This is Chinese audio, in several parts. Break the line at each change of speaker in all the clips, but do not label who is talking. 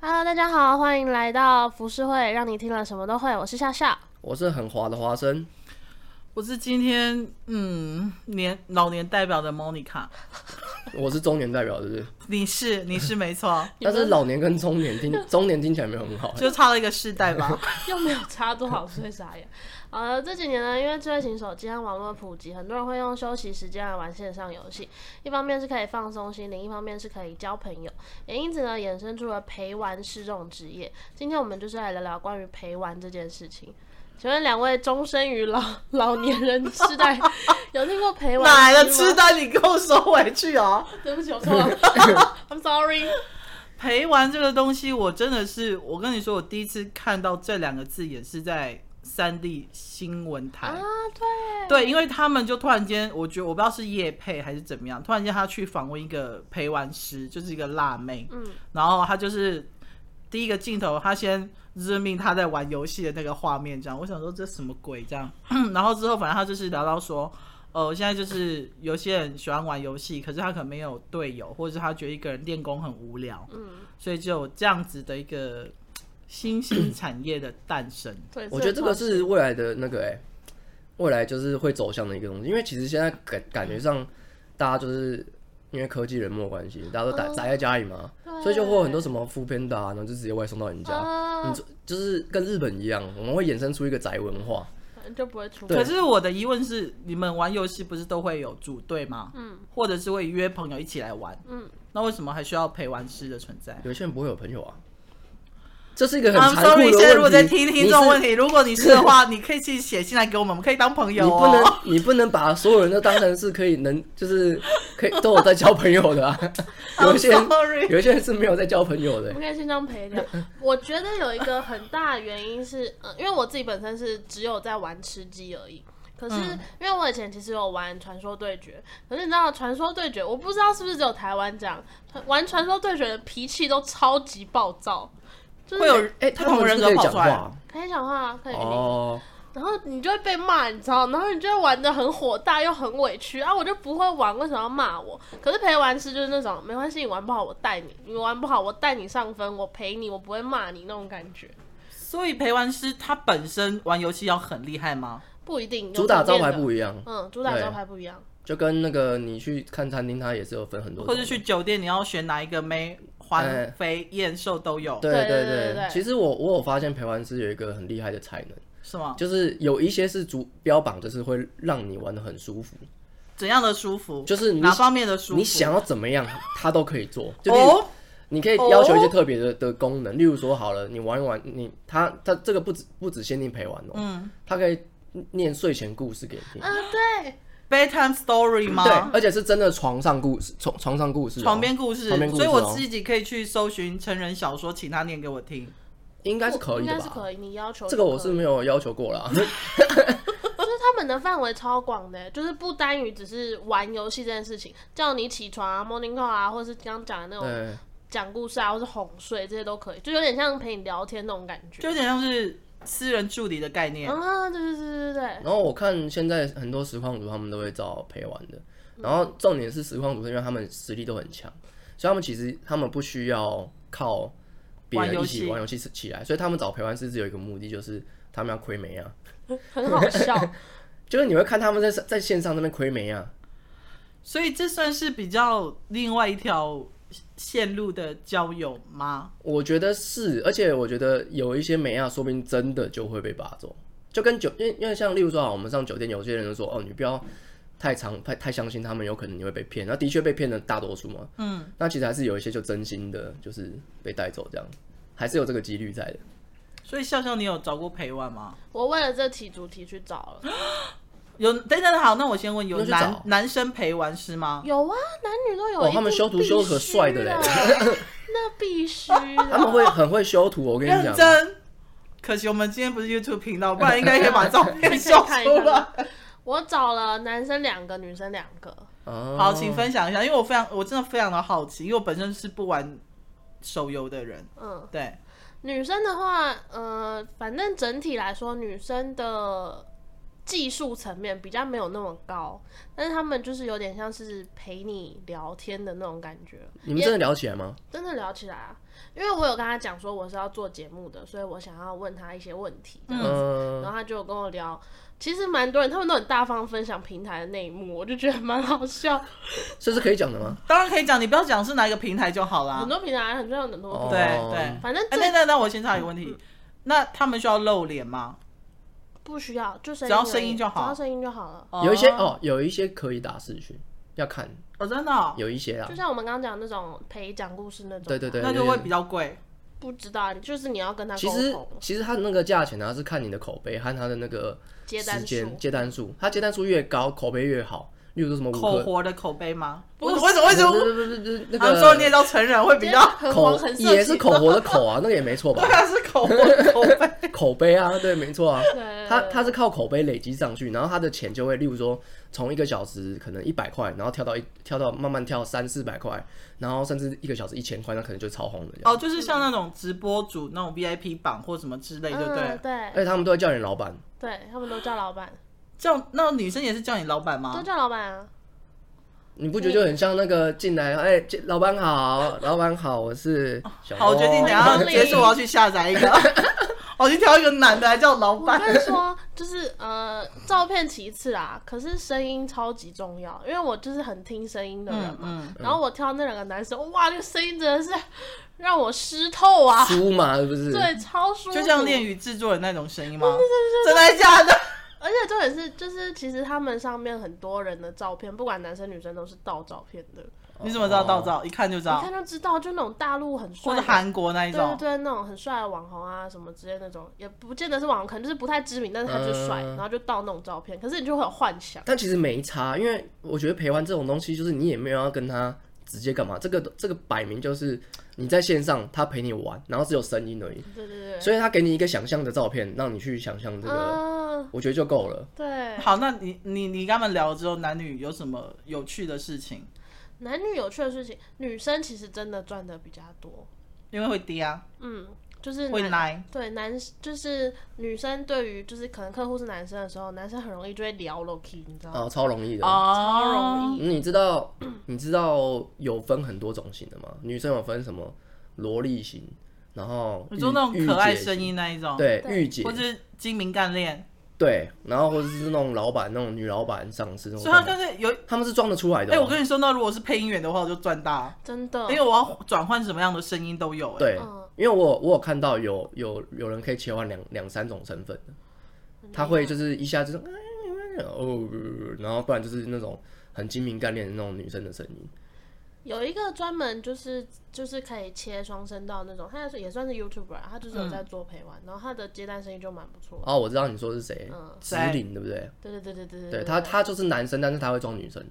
Hello，大家好，欢迎来到浮世会，让你听了什么都会。我是笑笑，
我是很滑的华 生，
我是今天嗯年老年代表的 Monica，
我是中年代表，是不是？
你是你是没错，
但是老年跟中年 听中年听起来没有很好，
就差了一个世代吧。
又没有差多少岁，傻眼。 呃，这几年呢，因为智慧型手机和网络普及，很多人会用休息时间来玩线上游戏，一方面是可以放松心灵，一方面是可以交朋友，也因此呢，衍生出了陪玩师这种职业。今天我们就是来聊聊关于陪玩这件事情。请问两位终身于老老年人痴呆，有听过陪玩 师吗
哪来的痴？呆？你给我收回去哦。
对不起，我错了 ，I'm sorry。
陪玩这个东西，我真的是，我跟你说，我第一次看到这两个字也是在三 D 新闻台。
啊，对，
对，因为他们就突然间，我觉得我不知道是叶配还是怎么样，突然间他去访问一个陪玩师，就是一个辣妹，
嗯，
然后他就是第一个镜头，他先 zoom in 他在玩游戏的那个画面，这样，我想说这什么鬼这样， 然后之后反正他就是聊到说。呃，现在就是有些人喜欢玩游戏，可是他可能没有队友，或者是他觉得一个人练功很无聊，
嗯，
所以就有这样子的一个 新兴产业的诞生。
对，
我觉得这个
超
是未来的那个哎、未来就是会走向的一个东西，因为其实现在感感觉上，大家就是因为科技冷漠的关系，大家都宅
哦
嗯
宅在家里嘛，
对
所以就会有很多什么副片的啊，然后就直接外送到人
哦
家，
啊
你就就是跟日本一样，我们会衍生出一个宅文化，
反正就不会出
嗯对
可
门。
是我的疑问是，你们玩游戏不是都会有组队吗？
嗯，
或者是会约朋友一起来玩，
嗯，
那为什么还需要陪玩师的存在
有些人不会有朋友啊，这是一个很
I'm
残酷
sorry，
的
现在如果
问
在
题。
听
你
听众
是
问题，如果你是的话，你可以去写信来给我们，我们可以当朋友
你不能
哦。，
你不能把所有人都当成是可以能，就是可以都有在交朋友的、啊。有一些人
I'm，sorry，
有一些人是没有在交朋友的
我、们可以先这样陪聊。
嗯
我觉得有一个很大的原因是，呃，因为我自己本身是只有在玩吃鸡而已。可是
嗯
因为我以前其实有玩传说对决，可是你知道传说对决，我不知道是不是只有台湾这样，玩传说对决的脾气都超级暴躁，就是
会有
哎、
不
他
同
们是
人
可
格
以
跑
讲
出来。
话
可以讲话啊，可以语音
哦，
然后你就会被骂，你知道？然后你就会玩的很火大，又很委屈啊！我就不会玩，为什么要骂我？可是陪玩师就是那种没关系，你玩不好我带你，你玩不好我带你上分，我陪你，我不会骂你那种感觉。
所以陪玩师他本身玩游戏要很厉害吗？
不一定，有
主打招
普遍
牌
的
不一样，
嗯，主打
对
招牌不一样。
就跟那个你去看餐厅，它也是有分很多
或
种
者
的。
去酒店你要选哪一个妹，
哎
环肥燕瘦都有，
对
对对
对
对对
其实我我有发现陪玩师有一个很厉害的才能，
是吗？
就是有一些是主标榜，就是会让你玩的很舒服，
怎样的舒服？
就是你
哪方面的舒服？
你想要怎么样，他都可以做。就例如
哦，
你可以要求一些特别的的功能，例如说好了，你玩一玩，你他他这个不止不止限定陪玩哦，
嗯
他可以念睡前故事给你听，
啊，对，
，bedtime story 吗？
对，而且是哦真的床上故事，床床上故事哦、
床边故事，
床边故事
所以
哦
我自己可以去搜寻成人小说，请他念给我听。
应该是可以
应
的
该是
吧？
可以。你要求
这个
就
我
可
是
以
没有要求过啦，
就是他们的范围超广的，就是不单于只是玩游戏这件事情，叫你起床啊、morning call 啊，或是刚刚讲的那种
对，
讲故事啊，或是哄睡这些都可以，就有点像陪你聊天那种感觉。
就有点像是私人助理的概念。
嗯
啊，对对对对对，
然后我看现在很多实况主他们都会找陪玩的，然后重点是实况主是因为他们实力都很强，所以他们其实他们不需要靠别
玩
人
游
一
戏
起玩游戏起来，所以他们找陪玩师只有一个目的，就是他们要亏没啊，
很好笑。
就是你会看他们在在线上那边亏没啊，
所以这算是比较另外一条线路的交友吗？
我觉得是，而且我觉得有一些美亚，说不定真的就会被拔走，就跟酒，因为因为像例如说啊，我们上酒店，有些人就说哦，你不要太常太太相信他们，有可能你会被骗。那的确被骗的大多数嘛，
嗯，
那其实还是有一些就真心的，就是被带走这样，还是有这个几率在的。
所以笑笑，你有找过陪玩吗？
我为了这题主题去找了，
有，等等，好，那我先问，有
那去
男
找
男生陪玩师吗？
有啊，男女都有。
哦
一定
他们修图修得可帅的嘞
必须的，那必须的。
他们会很会修图，我跟你
认
讲，
真。可惜我们今天不是 YouTube 频道，不然应该可以把照 片秀
看一
出
看
来。
看。我找了男生两个，女生两个。
哦
好，请分享一下，因为我非常，我真的非常的好奇，因为我本身是不玩手游的人。
嗯，
对，
女生的话，呃，反正整体来说，女生的技术层面比较没有那么高，但是他们就是有点像是陪你聊天的那种感觉，
你们真的聊起来吗？
真的聊起来啊。因为我有跟他讲说我是要做节目的，所以我想要问他一些问题，这样
嗯
然，后他就有跟我聊，其实蛮多人他们都很大方分享平台的内幕，我就觉得蛮好笑。
这是可以讲的吗？
当然可以讲，你不要讲是哪一个平台就好啦
很。多平台很重要，很多平
哦
台
对对，
反正
哎，
这
那那那我先插一个问题，那他们需要露脸吗？
不需要，就声音
只要
而已
声音就好
只要声音就好了。
有一些哦，有一些可以打视讯，要看
哦，真的哦，
有一些啊
就，像我们刚刚讲的那种陪讲故事那种，
对对，对，
那就
有
会
一些
比较贵。
不知道，就是你要跟他
其
沟
实
通，
其实它的那个价钱呢、是看你的口碑和它的那个
接单
时
数
间接单数，它接单数越高，口碑越好。例如说什么五
口
颗，
活的口碑吗？
不
为
是
为什么为什
不
么？
是不是不是那
他们说
个
念到成人会比较，
很黄
口
很色
也是
情
口活的口啊，那个也没错吧
对？啊，是口活的口碑。
口碑啊，对，没错啊。
对对对
它它是靠口碑累积上去，然后它的钱就会，例如说从一个小时可能一百块，然后跳到一跳到慢慢跳三四百块，然后甚至一个小时一千块，那可能就超红的。
哦，，就是像那种直播主那种 VIP 榜或什么之类，对不对
嗯？对
而且他们都会叫你老板，
对，他们都叫老板，
这样，那女生也是叫你老板
都
吗？
叫老板啊。
你不觉得就很像那个进来，哎、进老板好，老板好，我是小
好，我决定等一
哦
下结束，我要去下载一个， 我去挑一个男的来叫老
我
板。
跟你说，就是呃，照片其次啊，可是声音超级重要，因为我就是很听声音的人嘛。
嗯，
然后我挑那两个男生，哇，那个声音真的是让我湿透啊，
猪嘛，是不是？
对，超舒服。
就像恋与制作人哦那种声音吗？真的假的？
而且重点是，就是其实他们上面很多人的照片，不管男生女生都是盗照片的，
你怎么知道盗哦照？一看就知
一
道
看，就知道，就那种大陆很帅
或
的
者韩国那一
对对
种。
对，那种很帅的网红啊，什么之类那种，也不见得是网红，可能就是不太知名，但是他就帅，
嗯
然后就盗那种照片，可是你就会有幻想，
但其实没差，因为我觉得陪玩这种东西，就是你也没有要跟他直接干嘛，这个这个摆明就是你在线上，他陪你玩，然后只有声音而已，
对对对，
所以他给你一个想象的照片，让你去想象这
啊
个，
嗯，
我觉得就够了。
对，
好，那你你你跟他们聊了之后，男女有什么有趣的事情？
男女有趣的事情，女生其实真的赚的比较多，
因为会低啊，
嗯，就是
会
男
奶，
对男就是女生对于就是可能客户是男生的时候，男生很容易就会聊 Loki，你知道吗？
啊，超容易的。
哦
超容易
你知道你知道有分很多种型的吗？女生有分什么萝莉型，然后
你说那
御
种可
御
爱
姐
声
型
音那一种，，
对
对
御姐
或者是精明干练，
对，然后或者是那种老板那种女老板上司那种
所以他
状态，
但是有，
他们是装得出来的
哎，
哦、
我跟你说，那如果是配音员的话，我就赚大，
真的
因，
哎
为我要转换什么样的声音都有，哎，
对
嗯，
因为我我有看到有有有人可以切换两两三种身份的，他会就是一下就是哎哦，然后不然就是那种很精明干练的那种女生的声音。
有一个专门就是就是可以切双声道那种，他也是也算是 YouTuber，啊他就是有在做陪玩，然后他的接单生意就蛮不错的。
哦，我知道你说是谁
嗯，
紫
谁
菱对不对？
对对对对对对嗯
对他，他就是男生，但是他会装女生，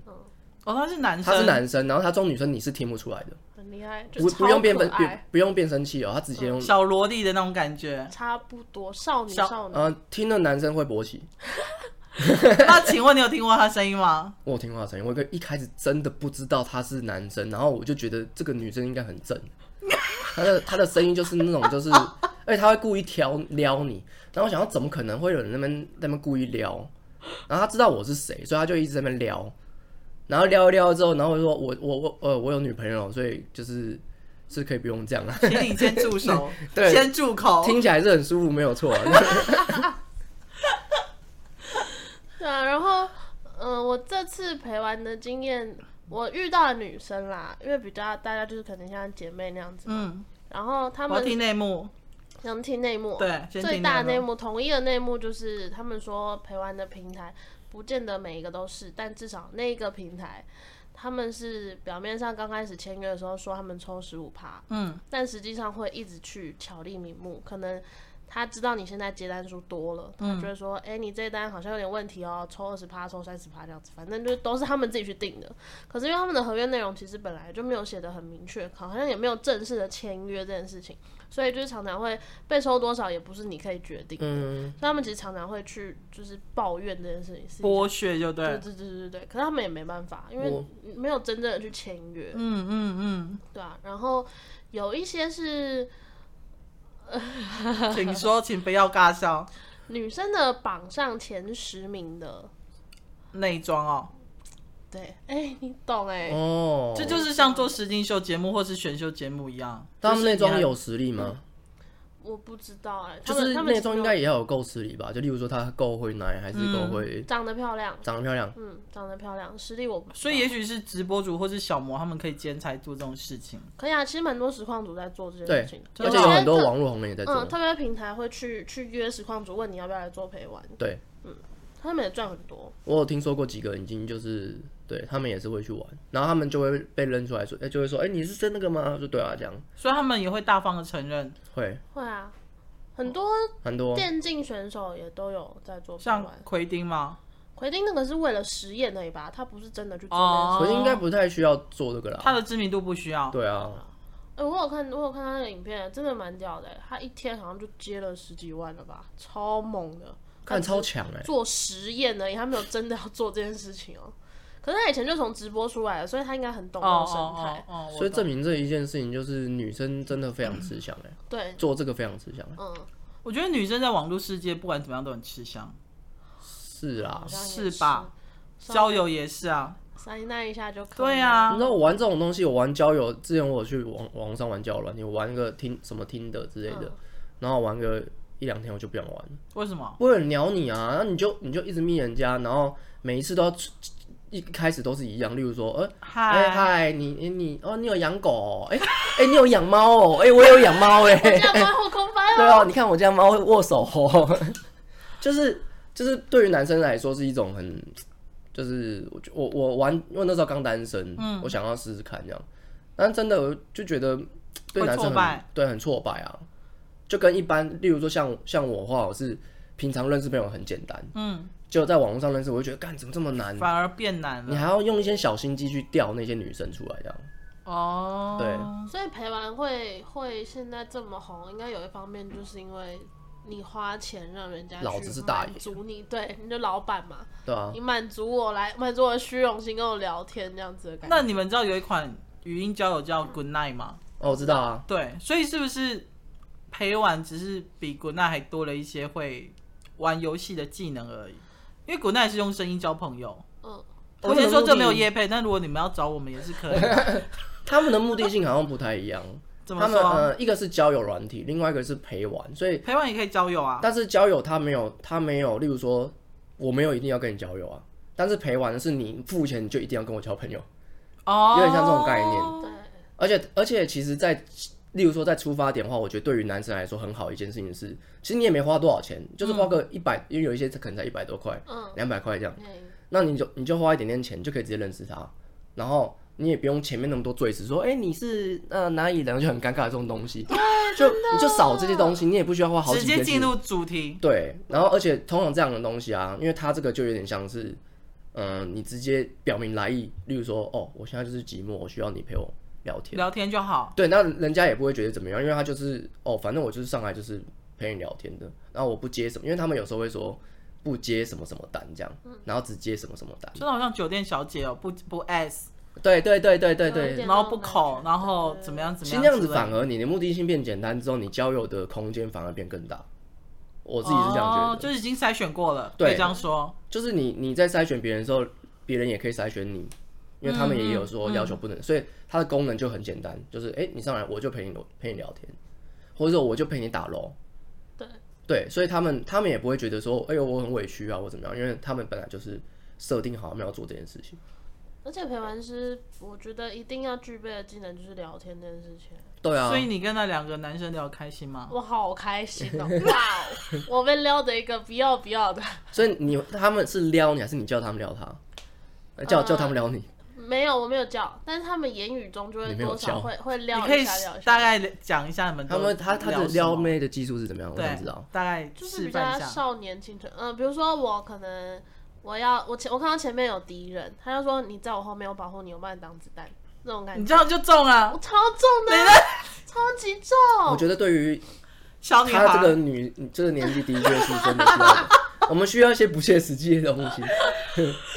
哦，他是男生，
他是男生，然后他装女生你是听不出来的，
很厉害，就
不
超
不用变
可
分，不
爱，。
不用变声器哦，他直接用，
小萝莉的那种感觉
差不多少女
小
少女。
呃，听了男生会勃起。
那请问你有听过他声音 吗？
我有听话声音，我一开始真的不知道她是男生，然后我就觉得这个女生应该很正，她的她的声音就是那种就是，而且她会故意挑撩你，然后我想要怎么可能会有人那边那边故意撩，然后她知道我是谁，所以她就一直在那边撩，然后撩一撩之后，然后我就说我我我呃我有女朋友，所以就是是可以不用这样啊，
请你先住手，
对
先住口。
听起来是很舒服，没有错啊、
对啊，然后嗯、呃我这次陪玩的经验，我遇到的女生啦，因为比较大家就是可能像姐妹那样子，
嗯，
然后她
我要
们
听内幕。
能听内幕，哦
对，先
最
听
大内
内幕。
幕统一的内幕就是他们说陪玩的平台不见得每一个都是，但至少那一个平台。他们是表面上刚开始签约的时候说他们抽十五趴，
嗯，
但实际上会一直去巧立名目，可能他知道你现在接单数多了，
嗯
他就会说，哎、你这单好像有点问题哦，抽二十趴，抽三十趴这样子，反正就都是他们自己去定的。可是因为他们的合约内容其实本来就没有写得很明确，好像也没有正式的签约这件事情，所以就是常常会被抽多少也不是你可以决定，
嗯，
所以他们其实常常会去就是抱怨这件事情是。
剥削就对
对
了。
对对对对，可是他们也没办法，因为
我
没有真正的去签约。
嗯嗯
对啊，然后有一些是
嗯，请说，请不要尬笑。
女生的榜上前十名的，
内装哦，
对，哎、你懂哎、
哦，
这就是像做实境秀节目或是选秀节目一样。
他们内
就是
装
你还
有实力吗？
我不知道哎、
就
他
是
们他们
内装应该
其
也要有够实力吧？就例如说他够会奶，还是够会
实长得漂亮，
长得漂亮？
嗯，长得漂亮，实力我不知道
所以也许是直播主或是小模他们可以兼差做这种事情。
可以啊。其实蛮多实况组在做这件
对
事情，，
而
些
且有很多
特
网络红人也在做
嗯，。特别平台会去去约实况组问你要不要来做陪玩，嗯
对，
他们也赚很多。
我有听说过几个已经就是对他们也是会去玩，然后他们就会被扔出来说，哎、就会说，哎、你是真那个吗？就对啊，这样
所以他们也会大方的承认，
会
会啊，很多
很多
电竞选手也都有在做陪
像
玩。
奎丁吗？
奎丁那个是为了实验而已吧，他不是真的去做那
哦
可
个。
是应该不太需要做这个啦。
他的知名度不需要。
对啊，
哎、我有看，我有看他那个影片，真的蛮屌的。他一天好像就接了十几万了吧，超猛的。
看超强哎、
做实验而已，他没有真的要做这件事情哦。可是他以前就从直播出来了，所以他应该很懂那
哦
种生
哦
态。
哦哦，我
所以证
懂
明这一件事情就是女生真的非常吃香哎、
对，
做这个非常吃香、
嗯，
我觉得女生在网络世界不管怎么样都很吃香，
是啊
好，像也
哦是吧？交友也是啊。
塞那一下就可以
对
呀、
啊
你知道我玩这种东西，我玩交友，之前我有去网网上玩交友软件，我玩个听什么听的之类的，然后玩个一两天我就不想玩了。
为什么？
不会有人鸟你啊，那你就你就一直密人家，然后每一次都要出一开始都是一样，例如说，呃，哎
嗨，
嗨，你你你哦，你有养狗、哦，哎、哎、你有养猫哦，哎、我有养猫哎，
这样关后空翻
对
哦。
哦，你看我家猫会握手哦，就是就是对于男生来说是一种很，就是我我我玩，因为那时候刚单身，
嗯
我想要试试看这样，但真的我就觉得对
会
男
挫
生很
败
对很挫败啊，就跟一般，例如说像像我的话，我是平常认识朋友很简单，
嗯，
就在网络上认识，我就觉得干怎么这么难，
反而变难
你
了。
还要用一些小心机去钓那些女生出来这样，
哦，
对
所以陪玩会会现在这么红，应该有一方面就是因为你花钱让人家去
老子是大爷
满足你，对，你就老板嘛，
对啊，
你满足我来满足我的虚荣心，跟我聊天这样子的感觉。
那你们知道有一款语音交友叫 Good Night 吗？
哦，我知道啊，
对，所以是不是陪玩只是比 Good Night 还多了一些会玩游戏的技能而已？因为 Good Night 是用声音交朋友。
嗯，
我先说这没有
业。
业配，但如果你们要找我们也是可以。
他们的目的性好像不太一样。
怎么
他们
说？
呃，一个是交友软体，另外一个是陪玩，所以
陪玩也可以交友啊。
但是交友他没有，他没有，例如说我没有一定要跟你交友啊，但是陪玩是你付钱你就一定要跟我交朋友，
哦，
有点像这种概念
对，
而且而且其实在，例如说在出发点的话，我觉得对于男生来说很好一件事情是，其实你也没花多少钱，就是花个一百、因为有一些可能才一百多块、
嗯，
两百块这样，
哎
那你就你就花一点点钱，你就可以直接认识他，然后你也不用前面那么多赘词，说哎、你是呃哪里人，就很尴尬这种东西，就你就少这些东西，你也不需要花好
直
几个
接
字
进入主题。
对，然后而且通常这样的东西啊，因为它这个就有点像是，嗯、你直接表明来意，例如说哦，我现在就是寂寞，我需要你陪我聊天，
聊天就好，
对，那人家也不会觉得怎么样，因为他就是哦，反正我就是上来就是陪你聊天的，然后我不接什么，因为他们有时候会说不接什么什么单这样，
嗯
然后只接什么什么单。
真的好像酒店小姐哦，不不 s，
对对对对对
有一
对
点，
然后不口，然后怎么样怎
其
么
实
样
那样子
之类的
反而你的目的性变简单之后，你交友的空间反而变更大。我自己是这样觉
哦
得，
就是已经筛选过了，
对
可以这样说。
就是你你在筛选别人的时候，别人也可以筛选你，因为他们也有
嗯
说要求不能，所以它的功能就很简单，就是哎、诶你上来我就陪你陪你聊天，或者说我就陪你打楼。
对
对，所以他们他们也不会觉得说，哎呦我很委屈啊，我怎么样，因为他们本来就是设定好他们要做这件事情。
而且陪玩师，我觉得一定要具备的技能就是聊天这件事情。
对啊
所，以你跟那两个男生聊得开心吗？
我好开心 哦！哇哦，我被撩的一个不要不要的，
所以你他们是撩你，还是你叫他们撩他？呃叫叫他们撩你？
没有我没有叫，但是他们言语中就会
你没有
多
叫
少会会
你
撩
可以
一下撩一下，
大概讲一下你们
他
都
们他他的
聊什
撩
么
妹的技术是怎么样？我哦想
对
知道。，
大概
就是
示
比
范
较
一下。
少年青春。嗯、比如说我可能我要我前我看到前面有敌人，他就说你在我后面，我保护你，我帮你挡子弹，那种感
你
觉。
这样就中了
我，超重 的啊，超级重。
我觉得对于
小女孩。
她这个女这个年纪的确是真的需 要，我们需要一些不切实际的东西。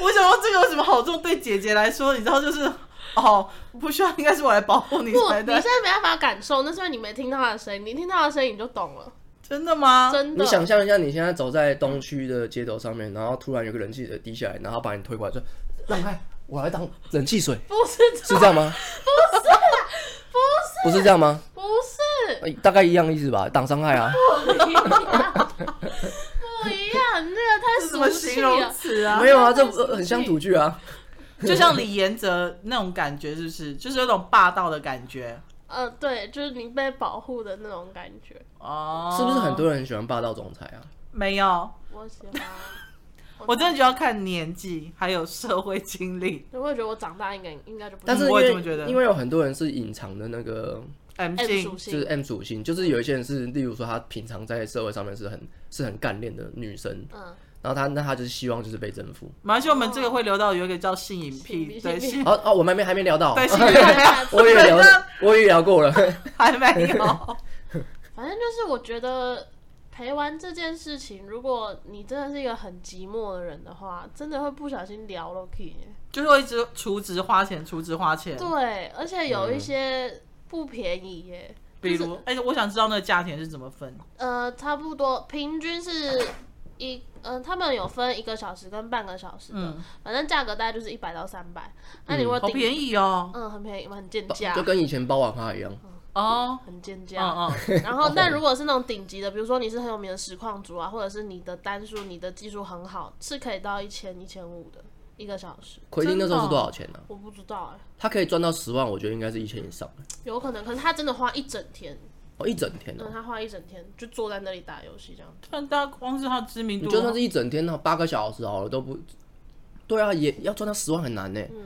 我想说这个有什么好中？对姐姐来说，你知道就是哦，不需要，应该是我来保护你
不，
才
你
对
现。在没办法感受，那是因为你没听到他的声音，你听到他的声音你就懂了。
真的吗？
真的
你，想象一下，你现在走在东区的街头上面，然后突然有个人气的滴下来，然后把你推过来说：“让开，我来当冷气水。
不是”
是这样 吗？不是，不是，不是这样吗？
不是
呃大概一样意思吧，挡伤害啊。
不一样，不一样，你这个太
这是什么
俗气
形容
了。
词 啊
没？有啊，这不很像土剧啊。
就像李延哲那种感觉，是不是？就是有种霸道的感觉
呃，对，就是你被保护的那种感觉，
哦，
是不是很多人很喜欢霸道总裁啊？
没有？
我喜欢。
我真的觉得要看年纪，还有社会经历。
我也觉得我长大应该应该就不
但是
是
因
嗯我也
为
这么觉得
因为有很多人是隐藏的那个，
M
M 哎属
性
就是
性，
M 属性，就是有一些人是，例如说她平常在社会上面是很是很干练的女生，
嗯，
然后她那她就是希望就是被征服。
马来西亚我们这个会留到有一个叫哦性瘾癖，
性
对
性
性
哦哦，我们还没还没聊到，
对 性 瘾癖
我也聊
真的，
我也聊过了。
还没有。
反正就是我觉得陪玩这件事情，如果你真的是一个很寂寞的人的话，真的会不小心聊了 k
就是会一直除值花钱，除值花钱。
对，
嗯
而且有一些不便宜耶，
比如，哎、我想知道那个价钱是怎么分。
呃，差不多平均是一，嗯、他们有分一个小时跟半个小时的，
嗯
反正价格大概就是一百到三百。那你如果
好
顶，
便宜哦。
嗯，很便宜，很贱价
就，跟以前包网咖一样，
哦，
很贱价。
嗯嗯，
然后，但如果是那种顶级的，比如说你是很有名的实况主啊，或者是你的单数、你的技术很好，是可以到一千、一千五的一个小时。
奎丁那时候
真的
是
哦
多少钱呢、
我不知道哎、
他可以赚到十万，我觉得应该是一千以上，
有可能，可是他真的花一整天，
哦，一整天哦、
嗯，他花一整天就坐在那里打游戏这样子。
但大家光是他知名度，
你就算是一整天那哦八个小时好了都不，对啊，也要赚到十万很难呢、
嗯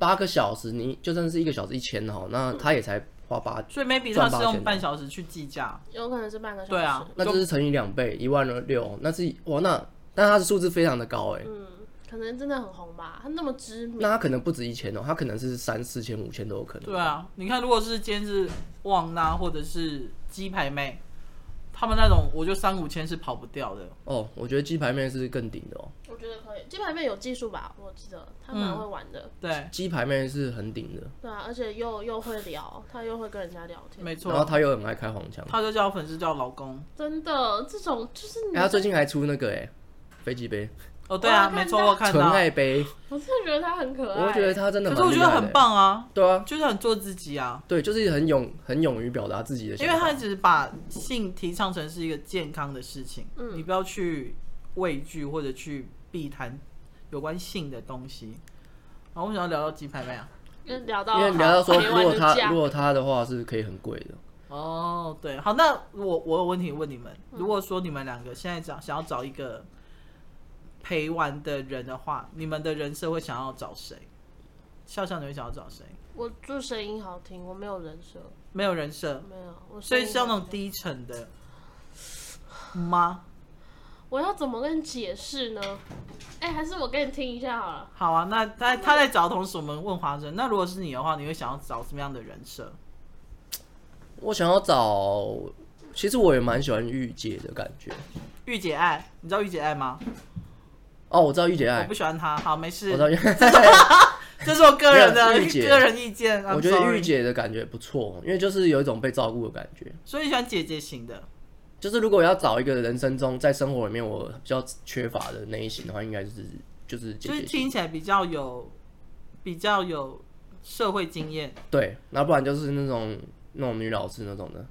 八个小时，你就算是一个小时一千好，那他也才花八，
所以 maybe 他
赚
是
八
用
千
半小时去计价。
有可能是半个小时。
对啊，
那就是乘以两倍，一万六，那是哇，那但他的数字非常的高哎、
嗯，可能真的很红吧，他那么知名。
那他可能不止一千哦，他可能是三四千、五千都有可能。
对啊，你看，如果是今天是旺娜或者是鸡排妹，他们那种我就三五千是跑不掉的。
哦，我觉得鸡排妹是更顶的哦，
我觉得可以，鸡排妹有技术吧，我记得她蛮
嗯
会玩的。
对，
鸡排妹是很顶的，
对啊，而且又又会聊，她又会跟人家聊天，
没
然后
错。
他又很爱开黄腔，
他就叫粉丝叫老公。
真的这种就是你，
哎、他最近还出那个哎、飞机杯、
哦，对啊，
我有看到
没错，我有看
纯
到。
爱杯，
我真的觉得她很可爱。
我觉得他真的
可
蛮
是我觉
厉
得
害的
很，棒啊，
对啊，
就是很做自己啊，
对，就是很勇很勇于表达自己的想
因
法，
为他一直把性提倡成是一个健康的事情，
嗯
你不要去畏惧或者去避谈有关性的东西。然后我想要聊到鸡排妹啊，
因为聊到
因为聊到说，
陪
如
玩
果
就
他
这样
如果他的话是可以很贵的，
哦，对，好，那我我有问题问你们，
嗯
如果说你们两个现在找想要找一个陪玩的人的话，你们的人设会想要找谁？笑笑，你会想要找谁？
我就声音好听，我没有人设，
没有人设，
没有，我
所
声
以
音
是要那
好
种
听。
低沉的吗？
我要怎么跟你解释呢？哎、还是我给你听一下好了。
好啊，那他他在找同时我们问华生，那如果是你的话，你会想要找什么样的人设？
我想要找，其实我也蛮喜欢御姐的感觉。
御姐爱，你知道御姐爱吗？
哦，我知道御姐
我
爱
不，喜欢她，好，没
我
事
知，道御，
这是我个人的
没有御姐
个人意见。I'm
我觉得御
sorry，
姐的感觉不错，因为就是有一种被照顾的感觉。
所以喜欢姐姐型的，
就是如果要找一个人生中在生活里面我比较缺乏的那一型的话，应该就是就是姐
就是
姐型
听起来比较有比较有社会经验。
对，那不然就是那种那种女老师那 种的，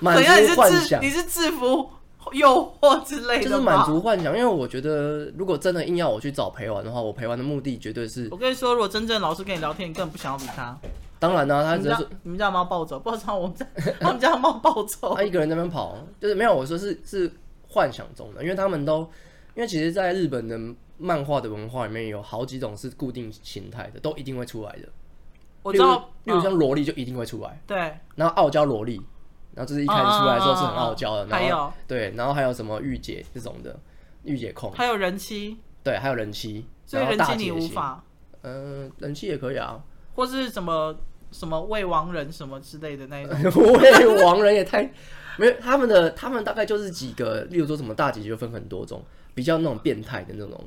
满
怎样？你是
足幻
制
想
你，是制服诱惑之类
就
的
是
吗？
满足幻想。因为我觉得如果真的硬要我去找陪玩的话，我陪玩的目的绝对是，
我跟你说，如果真正老师跟你聊天，你根本不想要理他。
当然啊啦、他
你
只
们
是
家
说
你们家有猫暴走， 不知道我们家他们家有猫暴走
哦 他。一个人在那边跑，就是没有我说是是幻想中的，因为他们都，因为其实，在日本的漫画的文化里面有好几种是固定形态的，都一定会出来的。
我知道，
例如例如
嗯
像萝莉就一定会出来，
对，
然后傲娇萝莉，然后这是一开始出来的时候是很傲娇的，
嗯嗯嗯嗯嗯
然后
还有
对，然后还有什么御姐这种的，御姐控，
还有人妻，
对，还有人妻，
所以
然后
人
大
妻
姐
你无
型，
法，
嗯、人妻也可以啊，
或是什么什么未亡人什么之类的那一 种。
喂，王人也太没有他们的，他们大概就是几个，例如说什么大姐就分很多种，比较那种变态的那种。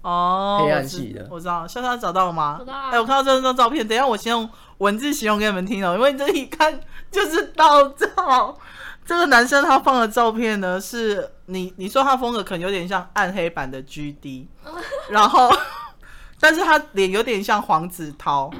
哦，
黑暗系的
我知我知道，笑笑找到了吗？
找到啊
哎、我看到这张照片，等一下我先用文字形容给你们听哦，因为这一看就是盗照，这个男生他放的照片呢，是你你说他风格可能有点像暗黑版的 GD，然后， 但是他脸有点像黄子韬，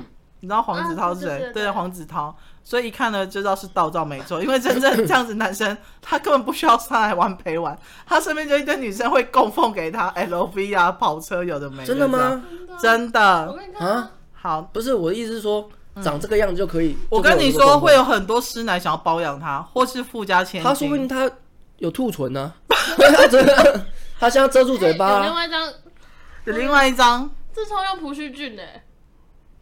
你知道黄子韬是谁？
啊对对对对
对，黄子韬。所以一看呢就知道是盗照没错， 因为真正这样子男生，他根本不需要上来玩陪玩，他身边就一堆女生会供奉给他 LV 啊、跑车，有的没啊
真的
这样？
吗？
真
我
的
给你看
啊
啊，，
好，
不是我的意思是说，长这个样子就可以。
嗯我
就可以
跟你
这个
说，
功
会
能
哦有很多师奶想要包养他，或是附加千金。
他说不定他有兔唇呢、 啊，真的，他现在遮住嘴巴
哎有另
啊、
外一张，
有另外一张，
这超像朴叙俊的，欸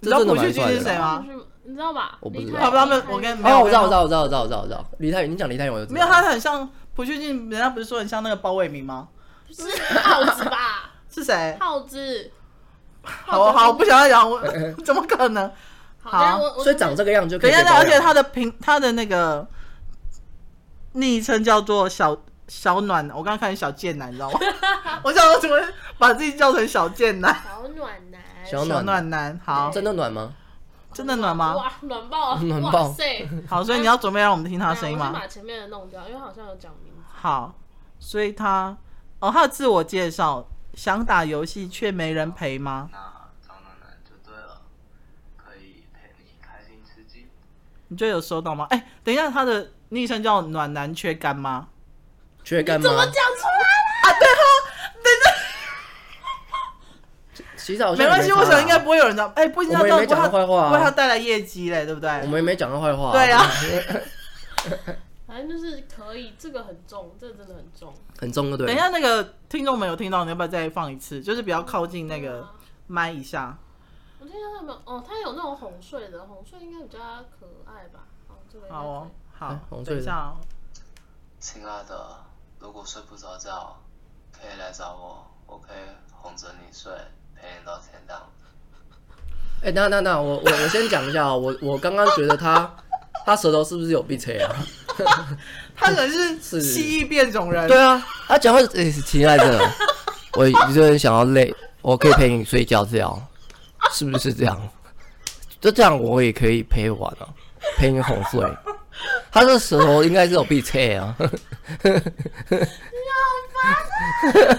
你知道
这真的
朴
蛮
叙俊
帅的
是谁
啦
吗
朴？叙你知道吧？
啊我不知道
李泰
好吧他们我跟
李泰
没有
哦，我知道，我知道，我知道，我知道，我知道，我知道。李泰宇，你讲李泰宇，我就知道
没有，他很像朴叙俊，人家不是说很像那个包伟明吗？
是 耗子吧？
是谁？
耗子，
好好，我不想要讲，我怎么可能？
好，
好
等一下我我
所以长这个样就可
等
以
一
被
下，
包养。
而且他的平他的那个昵称叫做小小暖，我刚刚看见小贱男，你知 道吗？我想我怎么会把自己叫成小贱男？
小暖男，
小
小
暖
暖男，好，
真的暖吗？
真的暖吗？
哇，暖爆啊，
暖爆
哇塞！哎
好，所以你要准备让我们听他的声音
我
吗
先？把前面的弄掉，因为好像有讲名字。
好，所以他哦，他的自我介绍，想打游戏却没人陪吗？
那张暖暖就对了，可以陪你开心吃鸡。
你就有收到吗？哎、等一下，他的昵称叫暖男缺干妈。
缺干
怎么
吗？
讲出来
洗澡好像
没关系，
也差啊
我想应该不会有人知道。哎、不一定要知道，
我们也没讲他坏话啊
不会他带来业绩嘞，对不对？
我们也没讲他坏话、
对啊，
反正就是可以，这个很重，这个真的很重。
很重的对。
等一下，那个听众们有听到，你要不要再放一次？就是比较靠近那个麦一下。
啊我听到他们哦，他有那种哄睡的，哄睡应该比较可爱吧？哦，这个应该
好哦，好
哎，红色
等
的
一下、哦。
亲爱的，如果睡不着觉，可以来找我，我可以哄着你睡，陪你到天亮。
哎、那那那，我我我先讲一下、哦，我我刚刚觉得他他舌头是不是有 B C 啊？
他可能是
是
蜥蜴变种人。
对啊，他讲话哎、亲爱 的，我有点想要累，我可以陪你睡觉，这样是不是这样？就这样，我也可以陪玩啊，陪你哄睡。他这舌头应该是有 B C 啊。你好烦啊！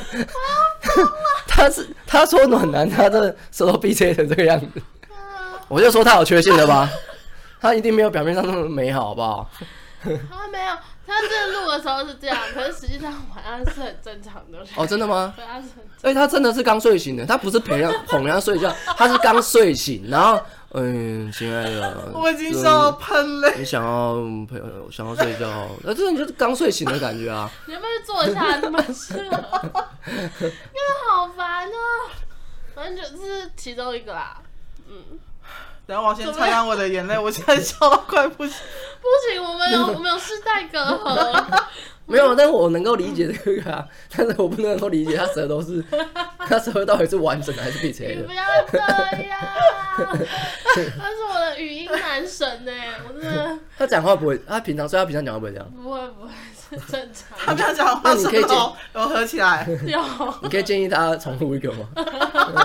他是他说暖男，他这舌头 B C 成这个样子，我就说他有缺陷了吧？他一定没有表面上那么美好，好不好？
可以。啊，没有，他这录的时候是这样，可是实际上晚安是很正常的。
哦，真的吗？
对，他是很
哎、他真的是刚睡醒的，他不是陪人家哄人家睡觉，他是刚睡醒，然后嗯，亲爱的，
我已经笑到喷泪。
嗯你想要陪我想要睡觉，那、这就是刚睡醒的感觉啊。
你要不要去坐一下？这么适合，因为好烦哦。反正就是其中一个啦。
等一下我要先擦干我的眼泪，我现在笑到快不行。
不行，我们有我们有世代隔阂。
没有，但我能够理解这个啊， 但是我不能够理解他舌头是， 他舌头到底是完整的还是闭切
你
的
不？要这样，他是我的语音男神呢、我真的
他讲话不会，他平常所以他平常讲话不会这样。
不会不会是正
他
常
不要讲话，
那你可以
舌头有合起来。
有。
你可以建议他重录一个吗？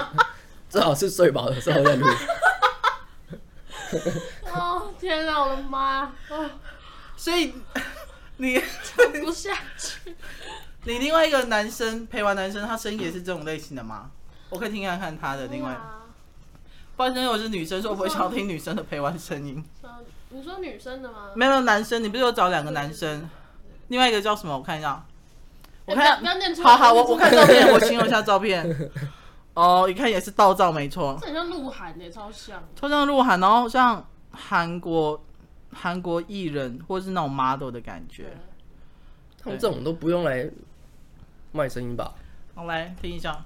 最好是睡饱的时候再录。
哦天哪，我的妈，哦
所以你
撑不下去。啊
你另外一个男生陪玩男生，他声音也是这种类型的吗？我可以听看看他的另外，
啊
不然因为我是女生，所以我不会想要听女生的陪玩声音。
嗯，你说女生的吗？
没有男生，你不是有找两个男生，另外一个叫什么？我看一下，我
哎
看
不要不要念出来
好好，我我看 照片，我形容一下照片。哦，一看也是盗照，没错。
这很像鹿晗的、超像。
抽象鹿晗，然后像韩国韩国艺人或是那种 model 的感觉。
他们这种都不用来卖声音吧？
好，来听一下。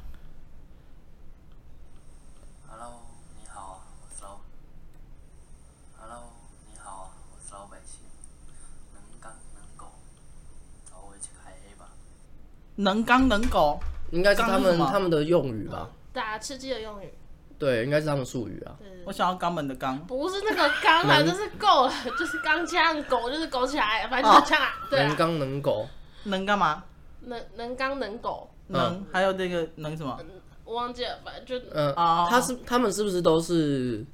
Hello，你好啊，我是老。Hello，你好啊，我是老百姓，能干能狗，找我一起开 A 吧。
能刚能狗，
应该是他
刚是
们
什么
他们的用语吧？
打啊吃鸡的用语，对
对，应该是他们术语啊。
对对
我想要肛门的肛。
不是那个刚啊，就是够了， 就是刚呛狗，就是狗起来，反正就是呛啊，对
哦能
啊，
刚能狗，
能干嘛？
能能刚能狗，
嗯
能，还有那个能什么？
我忘记了，反正就
嗯、
哦
他是他们是不是都是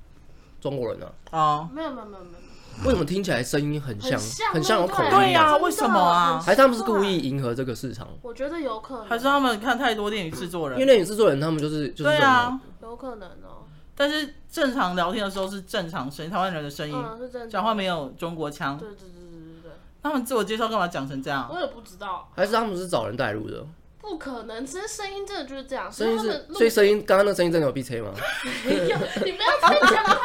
中国人呢、啊？
哦，
没有没有没有没有，
为什么听起来声音很像，
像
很
很像
有
对不
口
对
音
对呀
啊？
为什么啊
还是他们是故意？迎合这个市场？
我觉得有可
还是
能，
他们看太多电影制作
因为
人？
电影制作人他们就是就是
对
这种
啊，
有可能哦。
但是正常聊天的时候是正常声音，台湾人的声音，
嗯，是真的。
讲话没有中国腔
对？。对对对对对对，
他们自我介绍干嘛讲成这样
我？也不知道，
还是他们是找人带入的
不可能，其实声音真的就是这样。
声音
啊所以他
是
们，录
所以声音刚刚那声音真的有 B C 吗？
没有， 你不要再讲了，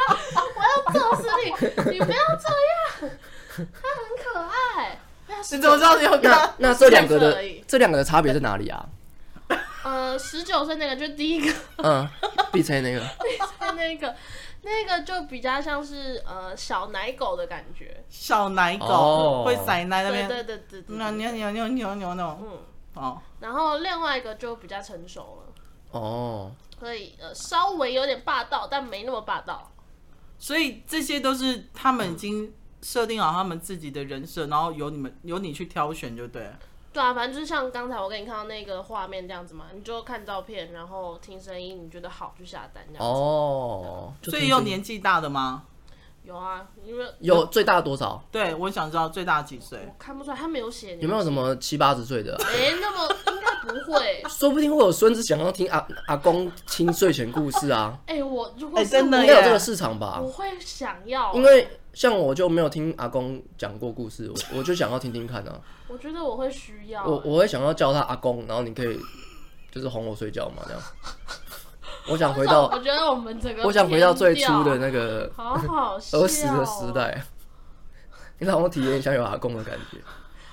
我要揍死你！你不要这样， 他很可爱。
你怎么知道你有
那
看？
那这两
这样子
个的
而已
这两个的差别在哪里啊？
呃，十九岁那个就第一个，
嗯，B C 那个
那个那个就比较像是呃小奶狗的感觉。
小奶狗
哦
会塞奶那
对
边，
对对对对
那
对。
牛牛牛牛牛牛
嗯，
哦，
然后另外一个就比较成熟了，
哦，
所以呃稍微有点霸道，但没那么霸道。
所以这些都是他们已经设定好他们自己的人设，然后由你们由你去挑选就对了。
对啊，反正就是像刚才我给你看到那个画面这样子嘛，你就看照片，然后听声音，你觉得好就下单这样。哦，
哦，就
所
听
以有
声音
年纪大的吗？
有啊，因为
有最大多少？
对，我想知道最大几岁
我。看不出来，他没有写年纪
有没有什？么七八十岁的啊、
哎、那么应该不会。
说不定会有孙子想要听阿阿公听睡前故事 啊，
哎、我如果
哎
是
真的
我
应
耶
该有这个市场吧
我？会想要，
因为像我就没有听阿公讲过故事，我我就想要听听看啊。
我觉得我会需要。啊
我我会想要叫他阿公，然后你可以就是哄我睡觉嘛，这样。我想回 到
我觉得我们整个，
我想回到最初的，那个
好好笑、哦。
儿时的时，代，你让我体验一下有阿公的感觉，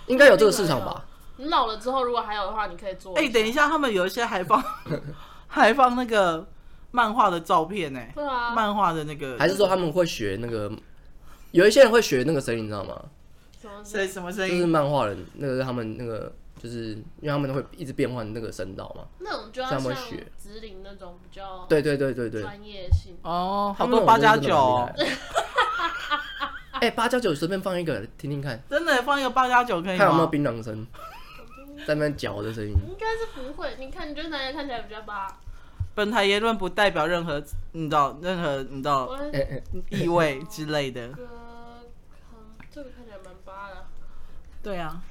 应该有这个市场吧？
你老了之后如果还有的话，你可以做。
哎、等一下，他们有一些还放 还放那个漫画的照片呢、
对啊，
漫画的那个
还是说他们会学那个？有一些人会学那个声音，你知道吗？
什么
谁什么声
就是
音？
漫画人，那个是他们那个，就是因为他们会一直变换那个声道嘛。
那种就要
这
像
样会学
直领那种比较
对对对对对，
专业性。
哦，好
他们
多八加
那种真
九
的蛮厉
哦
害，的。哎，八加九随便放一个听听 看，
真的放一个八加九可以
看有没有
吗？
槟榔声，在那边嚼的声音。
应该是不会，你看，你觉得哪里看起来比较吧？
本台言论不代表任何你知道任何你知道
我的
哎哎，
意味之类的。
哥，嗯，这个看起来蛮巴的。
对啊，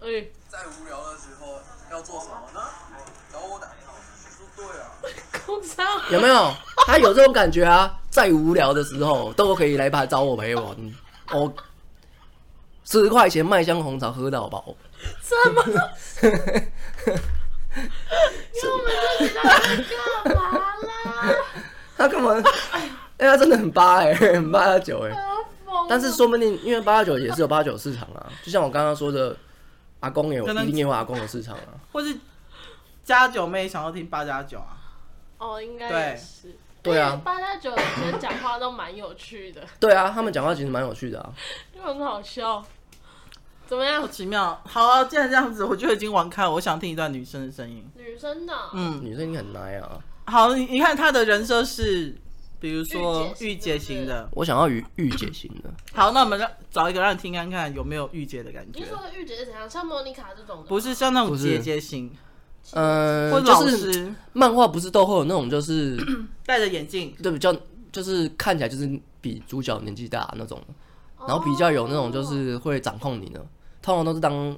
哎、
在无聊的时候要做什么呢？找我打电话。说对 啊。
工伤，
有没有？他有这种感觉啊，在无聊的时候都可以来把找我陪玩。我十块钱麦香红茶喝到饱，
什么？因为我们就知道你在干嘛啦？
他干嘛？哎、他真的很八哎、很八加九哎。
好疯哦
但是说不定，因为八九也是有八九市场啊，就像我刚刚说的，阿公也有
可能
一定也有阿公的市场啊。
或是加九妹想要听八加九啊，
哦，应该也是。
对啊
八加九以前讲话都蛮有趣的，
对啊，他们讲话其实蛮有趣的啊。
就很好笑。怎么样
好？奇妙。好啊，既然这样子，我就已经玩开了。我想听一段女生的声音。
女生呢？
嗯，
女生你很 nice 啊，
好，你你看她的人设是，比如说
御
御
姐
姐
型
型
的
的。
我想要御御姐型的，
好，那我们让找一个让你听看看有没有御姐的感
你
觉
是，说的御姐是怎样？像莫妮卡这种的？
不是像那种
不是
姐姐型，
嗯、
或者老
就是
师
漫画不是都会有那种就是 ，
戴着眼镜
对比较就是看起来就是比主角年纪大那种，
哦，
然后比较有那种就是会掌控你的，通常都是当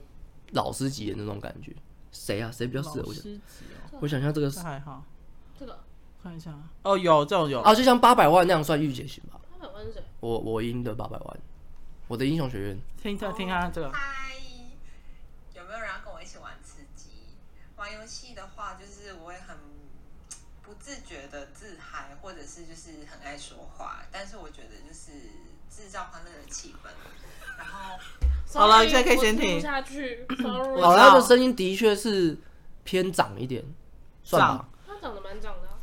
老师级的那种感觉。谁啊？谁比较适合？
老
我想
师级哦，
我想一下这个
这还好，
哦这个
看一下哦，有这种有，
啊，就像八百万那样算御姐型吧。
八百万是谁？
我我赢得八百万，我的英雄学院。
听听听看这个，
嗨，有没有人要跟我一起玩吃鸡？玩游戏的话，就是我会很不自觉的自嗨，或者是就是很爱说话，但是我觉得就是制造欢乐的气氛。然后
好了
Sorry，
现在可以先
我听
停
不下去。Sorry，
哦，
知道
他的声音的确是偏长一点，算吧
长。
他长得蛮长的啊。嗯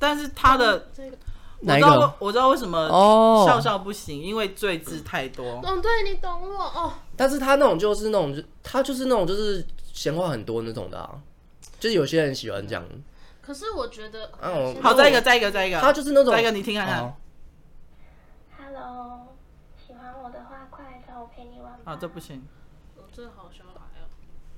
但是他的
哦这个，
我
哪
知
一
道
个？
我知道为什么
哦
笑笑不行，因为醉字太多。
哦，对你懂我哦。
但是他那种就是那种，就他就是那种就是闲话很多那种的啊，就是有些人喜欢讲，
可是我觉得，
啊我
先
好，再一个，再一个，再一个，
他就是那种
啊再一个，你听看看
哦。
Hello，喜欢我的话，快来找我陪你玩吧。
啊，这不行，
哦这个好小孩哦。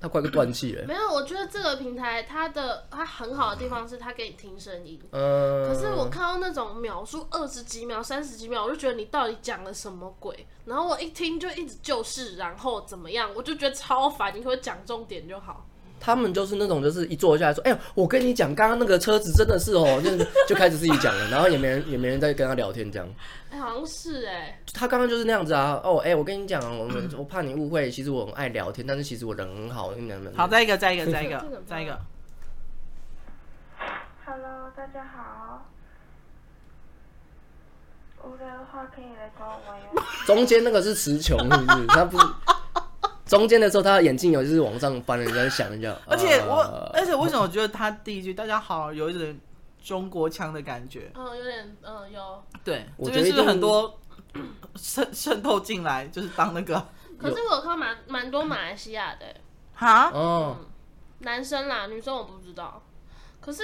他快被断气了。
没有，我觉得这个平台它的它很好的地方是它给你听声音，
嗯，
可是我看到那种秒数二十几秒、三十几秒，我就觉得你到底讲了什么鬼？然后我一听就一直就是，然后怎么样，我就觉得超烦。你可不可以讲重点就好？
他们就是那种，就是一坐下来说：“哎、我跟你讲，刚刚那个车子真的是哦，就是就开始自己讲了，然后也没人也没人在跟他聊天这样。
哎、好像是哎、
他刚刚就是那样子啊，哦，哎、我跟你讲，我 们我怕你误会，其实我很爱聊天，但是其实我人很好，我跟你讲，
好，再一个，再一个，再一
这个
个
吧，
再一个。
Hello，大家好。无聊的话可以来找我 玩游戏。
中间那个是词穷，是不是？他不是中间的时候，他的眼镜有就是往上翻了，人家啊就想一下。
而且我，而
且
且为什么我觉得他第一句“大家好”有一点中国腔的感觉？
嗯，有点嗯有。
对，
我
这
觉得
边是不
一定
是很多渗渗透进来，就是当那个
可是我有看蛮蛮多马来西亚的、嗯
哈？
哦，
男生啦，女生我不知道。可是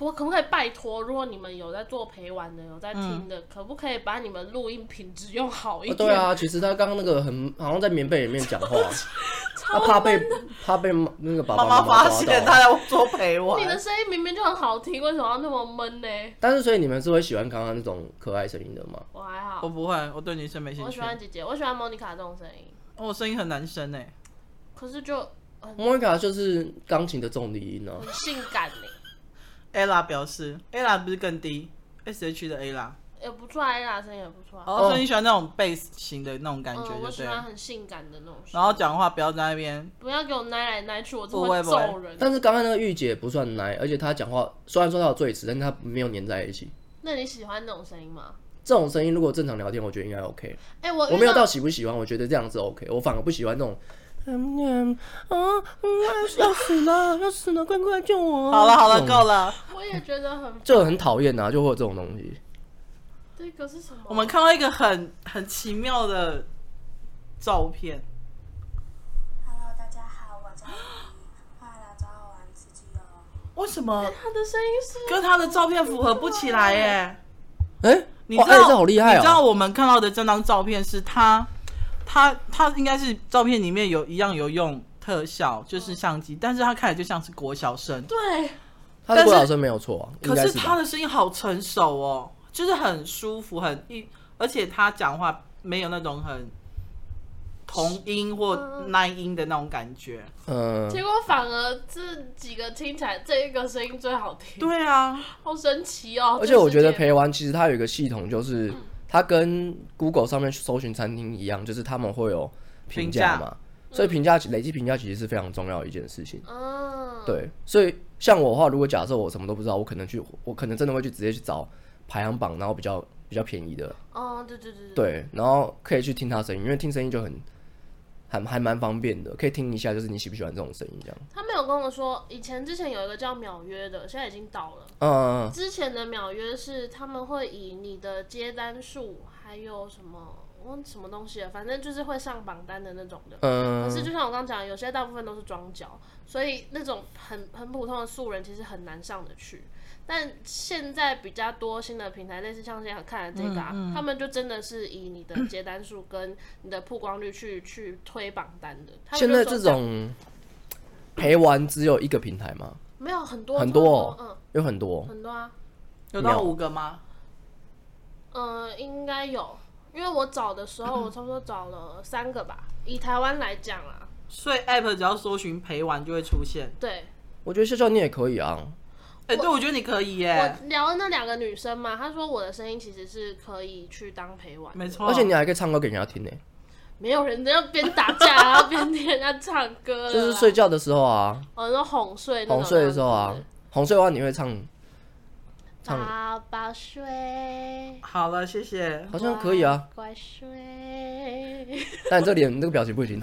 我可不可以拜托，如果你们有在做陪玩的，有在听的，可不可以把你们录音品质用好一
嗯
嗯
哦
点？
对，啊，其实他刚刚那个很好像在棉被里面讲 话，他怕被怕被那个爸爸
妈妈
妈
发
抓
现
到
他。在做陪玩
你，的声音明明就很好听，为什么要那么闷呢？
但是所以你们是会喜欢刚刚那种可爱声音的吗？
我还好
我，不会，我对女生没兴
我
趣
喜。欢姐姐，我喜欢莫妮卡这种声音，
哦，我声音很男生哎，
可是就很
莫妮卡就是钢琴的重低音啊，
很性感欸呢、
ella 表示，ella 不是更低，sh 的 ella，
也不错啊，艾拉声音也不错啊。
哦，所以你喜欢那种 bass 型的那种感觉
嗯，
就
我
对
喜欢
了。
很性感的那种声音。
然后讲话不要在那边，
不要给我奶来奶去，我这
不会
会
不会
揍人。
但是刚刚那个御姐不算奶，而且她讲话虽然说她有最迟，但是她没有粘在一起。
那你喜欢那种声音吗？
这种声音如果正常聊天，我觉得应该 OK。
哎、我
我没有
遇到
到喜不喜欢，我觉得这样子 OK。我反而不喜欢那种，嗯嗯啊嗯要死了要死了，快快救我啊！
好了好了，
这种
够了。
我也觉得很
就很讨厌啊，就会有这种东西。
这个是什么？啊
我们看到一个很很奇妙的照片，
Hello，大家好，我叫李，欢迎来找我玩吃鸡哦。
为什么
他的声音是
跟他的照片符合不起来哎？
哎、
你
哇
知道、
哎这好厉害
你知道
哦！
我们看到的这张照片是他，他他应该是照片里面有一样有用特效，就是相机，但是他看起来就像是国小生，
对，
他的
但是
郭老师没有错啊，应
可
该
是
吧
他的声音好成熟哦，就是很舒服，很一，而且他讲话没有那种很同音或
嗯
难音的那种感觉。
嗯，
结果反而这几个听起来这一个声音最好听，，
对啊，
好神奇哦。
而且我觉得
这个世界
陪玩其实它有一个系统，就是它跟 Google 上面搜寻餐厅一样，就是他们会有评价嘛，所以评价累积评价其实是非常重要的一件事情。
嗯，，
对，所以像我的话，如果假设我什么都不知道，我可能去，我可能真的会去直接去找排行榜，然后比较比较便宜的，
哦，对对对，
对，然后可以去听他声音，因为听声音就很还还蛮方便的，可以听一下，就是你喜不喜欢这种声音这样。
他没有跟我说，以前之前有一个叫秒约的，现在已经倒了。
嗯，
之前的秒约是他们会以你的接单数，还有什么我忘记什么东西了，反正就是会上榜单的那种的。可是
嗯，
就像我刚刚讲，有些大部分都是装脚，所以那种很很普通的素人其实很难上得去。但现在比较多新的平台，类似像现在看的这个、啊，
嗯
他们就真的是以你的接单数跟你的曝光率去去推榜单的。他们
现
就
在
说
这
样
种陪玩只有一个平台吗？
没有很多
很多
超
哦有很多
嗯，
哦，
很多啊，
有
没
到
有
五个吗？
嗯，应该有，因为我找的时
嗯
候，我差不多找了三个吧。以台湾来讲啊，
所以 app 只要搜寻陪玩就会出现。
对
我觉得笑笑你也可以啊，
哎、对，我觉得你可以
呃
耶。
我聊的那两个女生嘛，她说我的声音其实是可以去当陪玩的，
没错
而且你还可以唱歌给人家听呢、
没有人要边打架然后边听人家唱歌，
就是睡，觉的时候啊，
哦，那哄睡那种
哄睡的时候啊
样子，
哄睡的话你会唱，唱
宝宝睡，
好了，谢谢。
好像可以啊，
乖乖睡，
但你这脸这个表情不 行，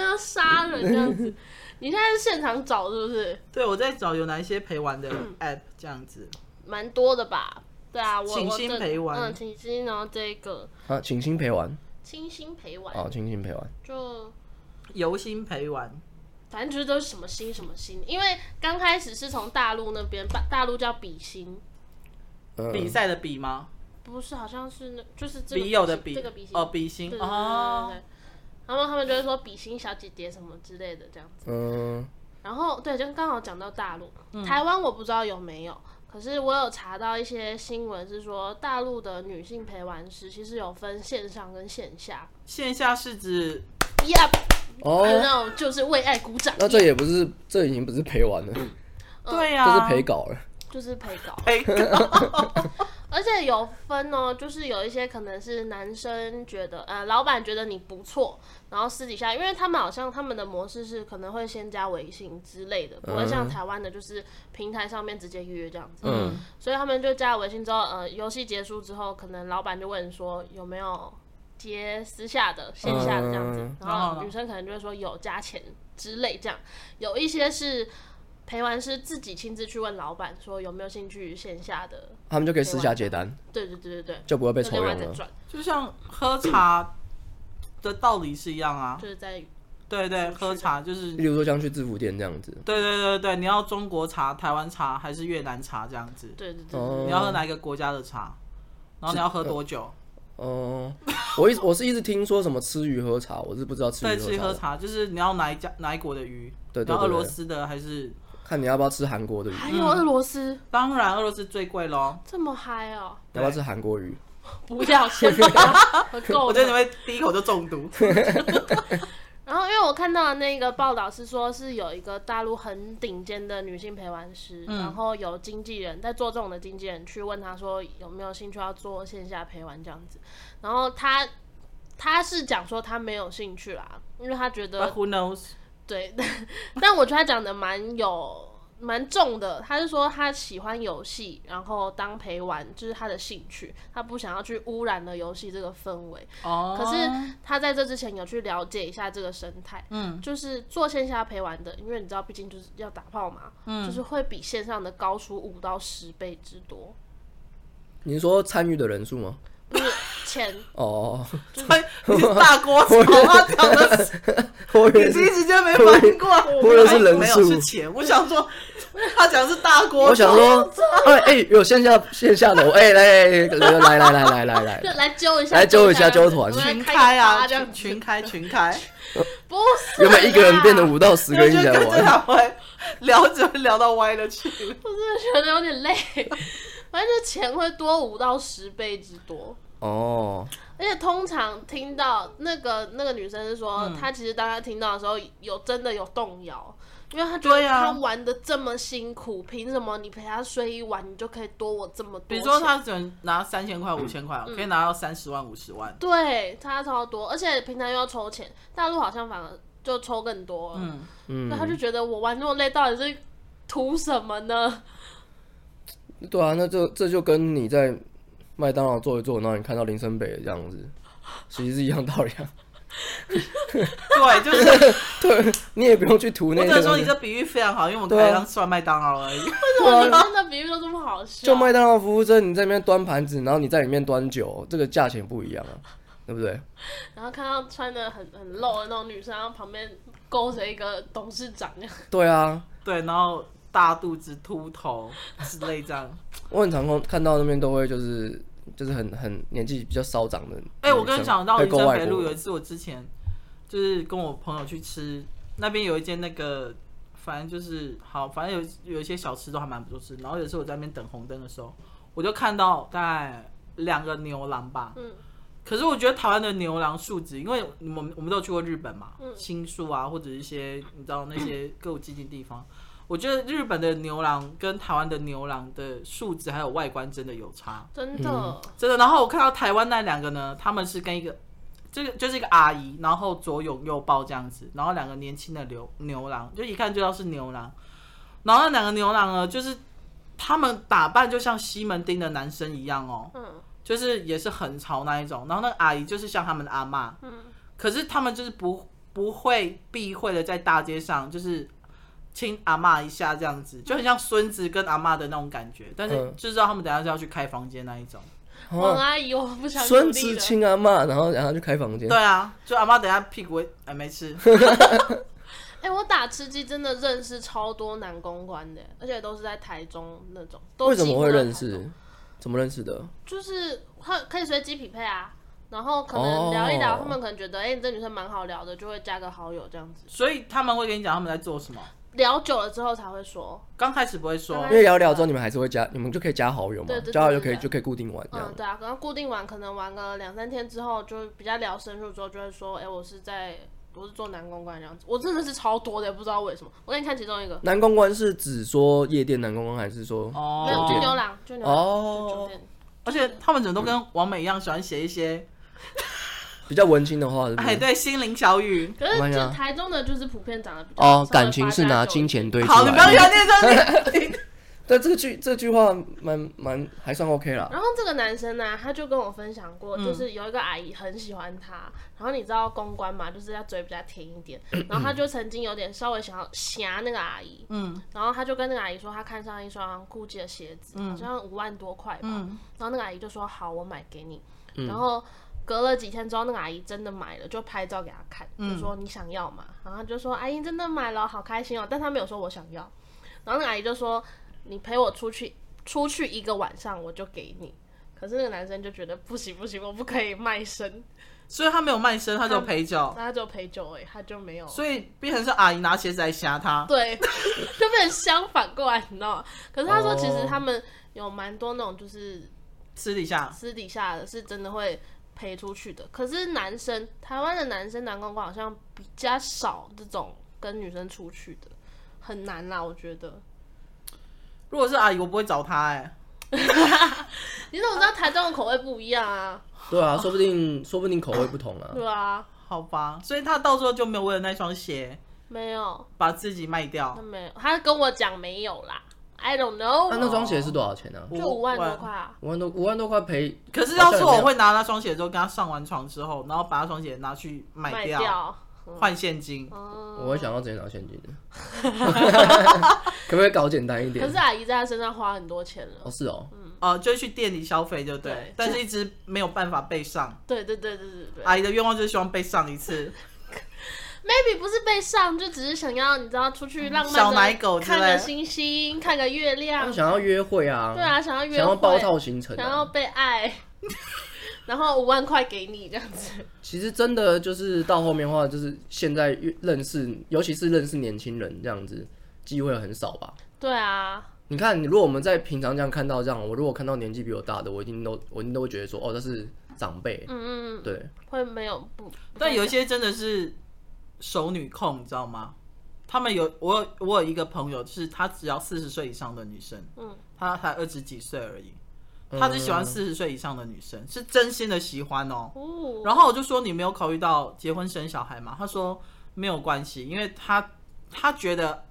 要杀人这样 子。你现在是现场找是不是？
对，我在找有哪一些陪玩的
嗯
app 这样子。
蛮多的吧？对啊，我
请
我
新
这
陪玩
嗯，请新，然后这个
啊，请亲陪玩
清新陪玩，
啊，请亲陪玩，
就
游心陪玩，
反正就是都是什么新什么新，因为刚开始是从大陆那边，大大陆叫比心，
嗯
比赛的比吗？
不是，好像是那就是这个
笔友的
这个比心
哦，比心
对对对对对
哦
对。然后他们就会说比心小姐姐什么之类的这样子。
嗯，
然后对，就刚好讲到大陆，台湾我不知道有没有，可是我有查到一些新闻是说，大陆的女性陪玩师其实有分线上跟线下。
线下是指
Yep，
哦，
那种就是为爱鼓掌。
那这也不是，这已经不是陪玩了，
嗯
对呀、
这是
啊，哎
陪搞了。
就是陪搞，
陪
而且有分哦，就是有一些可能是男生觉得，呃，老板觉得你不错，然后私底下，因为他们好像他们的模式是可能会先加微信之类的，不会像台湾的就是平台上面直接约这样子，
嗯，
所以他们就加了微信之后，呃，游戏结束之后，可能老板就问说有没有接私下的、线下的这样子，
嗯
然
然后
后
呢
女生可能就会说有加钱之类这样，有一些是。陪玩师自己亲自去问老板说有没有兴趣线下的，
他们就可以私下接单，
对对对对对，
就不会被
就另
抽
外
佣
再
了。
赚，
就像喝茶的道理是一样啊
就。是在
对对，喝茶就是
例如说像去制服店这样子，
对对对对，你要中国茶、台湾茶还是越南茶这样子？
对对对
哦
对，
你要喝哪一个国家的茶？然后你要喝多久？
哦、我一我是一直听说什么吃鱼喝茶，我是不知道吃
对，
鱼
吃
喝
喝
茶的，
茶就是你要哪一家哪一国的鱼？
对对对
然后俄罗
对
斯的还是？
看你要不要吃韩国的鱼，
还有俄罗斯
当然，俄罗斯最贵喽。
这么嗨哦，
要不要吃韩国鱼？
不要先 不要，够了。
我觉得你会第一口就中毒。
然后，因为我看到的那个报道是说，是有一个大陆很顶尖的女性陪玩师，
嗯
然后有经纪人在做这种的经纪人去问他说有没有兴趣要做线下陪玩这样子，然后他他是讲说他没有兴趣啦，因为他觉
But
得
who knows？
对， 但我觉得他讲的蛮有蛮重的。他是说他喜欢游戏，然后当陪玩就是他的兴趣，他不想要去污染了游戏这个氛围。
哦
可是他在这之前有去了解一下这个生态，
嗯
就是做线下陪玩的，因为你知道，毕竟就是要打炮嘛，
嗯
就是会比线上的高出五到十倍之多。
你是说参与的人数吗？
就是钱，
哦，
对，你是大锅炒啊，讲的是
我以为
第一
是，
时间没反应过来，
我以为是人
没有
数
是钱。我想说， 他讲的是大锅炒，
我想说，哎哎、有线下线下的，我哎、来来来来来来来来
就
来，
来揪一下，
来揪一下
这样
揪
子
团
我们来
群
开
开
个
啊，
趴这样
群
子
群开群开，
不是
有没有一个人变得
啦
五到十
我
个一
就
起
跟
来
着
玩？
他们聊着聊到歪了去。
我真的觉得有点累， 反正就钱会多五到十倍之多。
哦，
而且通常听到那个那个女生是说，
嗯
她其实当她听到的时候有真的有动摇，因为她觉得
对啊
她玩的这么辛苦，凭什么你陪她睡一晚，你就可以多我这么多钱？
比如说他只能拿三千块、五千块，可以拿到三十万、五十万。
对差超多，而且平常又要抽钱，大陆好像反而就抽更多，嗯，
嗯
那，她就觉得我玩那么累，到底是图什么呢？
对啊，那这这就跟你在麦当劳坐一坐，然后你看到林森北这样子，其实是一样道理啊。
对，就是
对，你也不用去图
我
那
只
个啊
能，说你这比喻非常好，因为我们
对啊
刚刚吃完麦当劳而已。
为什么你
啊
们的比喻都这么好笑？
就麦当劳服务生，你在那边端盘子，然后你在里面端酒，这个价钱不一样啊，对不对？
然后看到穿的很很露的那种女生，然后旁边勾着一个董事长那样。
对啊，
对，然后大肚子、秃头之类这样。
我很常看看到那边都会就是就是很很年纪比较稍长的女生，
哎、我跟你讲到
会
林
勾
森
外
北
国
路
人
有一次，我之前就是跟我朋友去吃，那边有一间那个，反正就是好，反正有有一些小吃都还蛮不错吃。然后有一次我在那边等红灯的时候，我就看到大概两个牛郎吧。
嗯
可是我觉得台湾的牛郎数值，因为我们我们都有去过日本嘛，新宿啊，或者一些你知道那些歌舞伎町地方，我觉得日本的牛郎跟台湾的牛郎的数值还有外观真的有差。
真的，
真的。然后我看到台湾那两个呢，他们是跟一个，这个就是一个阿姨，然后左拥右抱这样子，然后两个年轻的牛牛郎，就一看就知道是牛郎。然后那两个牛郎呢，就是他们打扮就像西门町的男生一样哦，
嗯
就是也是很潮那一种。然后那个阿姨就是像他们的阿嬷，
嗯
可是他们就是不不会避讳的在大街上就是亲阿嬷一下这样子，就很像孙子跟阿嬷的那种感觉。但是
嗯
就知道他们等一下是要去开房间那一种。
嗯王
哦
阿姨，我不想努
孙
力
子
了。
亲阿妈，然后然后去开房间，
对啊，就阿妈等一下屁股会哎 没吃，
哎、我打吃鸡真的认识超多男公关的，而且都是在台中那种。都
为什
几
么
乎
会
在
认
台中
识？怎么认识的？
就是他可以随机匹配啊，然后可能聊一聊，
哦
他们可能觉得，哎、你这女生蛮好聊的，就会加个好友这样子。
所以他们会跟你讲他们在做什么，
聊久了之后才会说，
刚开始不会说
刚
因，为聊聊之后，你们还是会加，你们就可以加好友嘛，
对对对
加好友可以
对对
就可以固定玩这样
嗯，。对啊，然后固定玩，可能玩个两三天之后，就比较聊深入之后，就会说，哎、我是在我是做男公关这样子，我真的是超多的，不知道为什么。我给你看其中一个，
男公关是指说夜店男公关，还是说
哦
没有
酒
就
店？
牛郎，就牛郎，
哦
就酒店。
而且他们怎么都跟王美一样喜欢写一些
比较文青的话是不
哎
是？
对心灵小语。
可
我
是
跟你
就
讲
台中的就是普遍长得比较
哦，
稍微
感情是
八加
拿
九
金钱堆
好，
出
你不要
来
喜欢
的。
念 这种
但这个句这句话蛮蛮还算 OK 啦。
然后这个男生呢、他就跟我分享过，
嗯
就是有一个阿姨很喜欢他，然后你知道公关嘛，就是要嘴比较甜一点，然后他就曾经有点稍微想要 挟那个阿姨，
嗯
然后他就跟那个阿姨说他看上一双 GUCCI 的鞋子，
嗯
好像五万多块吧，
嗯，
然后那个阿姨就说好，我买给你，
嗯
然后。隔了几天之后，那个阿姨真的买了，就拍照给他看，
嗯
就说你想要吗？然后他就说阿姨真的买了，好开心哦。但他没有说我想要，然后那个阿姨就说你陪我出去出去一个晚上，我就给你。可是那个男生就觉得不行不行，我不可以卖身，
所以他没有卖身，他就陪酒，
那他就陪酒哎、他就没有。
所以变成是阿姨拿鞋子来吓他。
对， 就变成相反过来，你知道吗？可是他说，其实
哦
他们有蛮多那种就是
私底下
私底下的是真的会陪出去的。可是男生，台湾的男生男公关好像比较少这种跟女生出去的，很难啦，我觉得。
如果是阿姨，我不会找他哎、
你怎么知道台中的口味不一样啊？
对啊，说不定说不定口味不同啊。
对啊，
好吧，所以他到时候就没有为了那双鞋
没有，
把自己卖掉
他。没有，他跟我讲没有啦，I don't know，、
啊那那双鞋是多少钱呢？
就五万多块啊。
五万多五万多块赔。
可是要是我
好像也没有
会拿那双鞋之后跟他上完床之后，然后把那双鞋拿去卖
卖
掉，
掉，
换现金。
嗯
我会想要直接拿现金的，可不可以搞简单一点
可是？啊嗯阿姨在他身上花很多钱了。
哦，是哦，
呃，就去店里消费，就对。
对
但是一直没有办法被上。
对对对对对对
阿姨的愿望就是希望被上一次。
，maybe 不是被上，就只是想要你知道出去浪漫的
嗯小奶狗之类
看个星星，看个月
他
亮
们，想要约会啊，
对啊，想要约会，
想要包套行程、啊，
想要被爱， 然后五万块给你这样子。
其实真的就是到后面的话，就是现在越认识，尤其是认识年轻人这样子，机会很少吧。
对啊，
你看，如果我们在平常这样看到这样，我如果看到年纪比我大的，我一定都我一定都会觉得说，哦，这是长辈。
嗯嗯，嗯
对，
会没有不，
但有一些真的是熟女控，你知道吗？他们有我有我有一个朋友，就是她只要四十岁以上的女生，
嗯，
她才二十几岁而已，
嗯
她只喜欢四十岁以上的女生，是真心的喜欢哦。
哦，
然后我就说你没有考虑到结婚生小孩吗？她说没有关系，因为她她觉得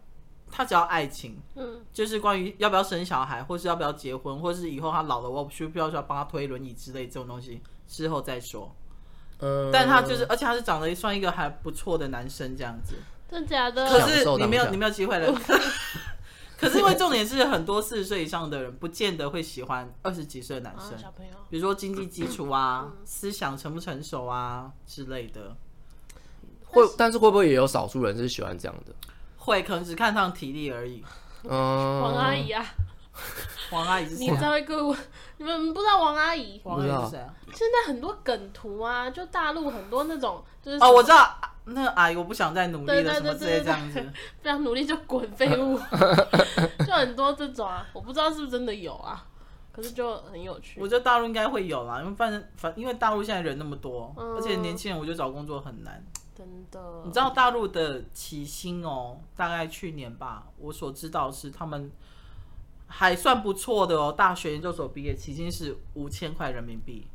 她只要爱情，
嗯
就是关于要不要生小孩，或是要不要结婚，或是以后她老了我需不需要需要帮她推轮椅之类这种东西，之后再说。
嗯，
但他就是，而且他是长得算一个还不错的男生这样子。
真假的？
可
享
是
受
你没有
当下
你没有机会了。可是因为重点是，很多四十岁以上的人不见得会喜欢二十几岁的男
啊
生，
小朋友，
比如说经济基础
嗯
啊、思想成不成熟啊之类的。
会，但是会不会也有少数人是喜欢这样的？
会可能只看上体力而已。
嗯，
王阿姨，啊，
王阿姨是谁
你
啊？
知道一个，你们不知道王阿姨？
王阿姨是谁啊？
现在很多梗图啊，就大陆很多那种，就是
哦，我知道，那个阿姨我不想再努力
对对
了，什么
对
之
对
类
对，
这样子。
非常努力就滚废物，就很多这种啊，我不知道是不是真的有啊，可是就很有趣
我。觉得大陆应该会有啦，因为反正反因为大陆现在人那么多，
嗯
而且年轻人我觉得找工作很难。
真的，
你知道大陆的起薪哦，大概去年吧，我所知道是他们还算不错的哦，大学研究所毕业起薪是五千块人民币。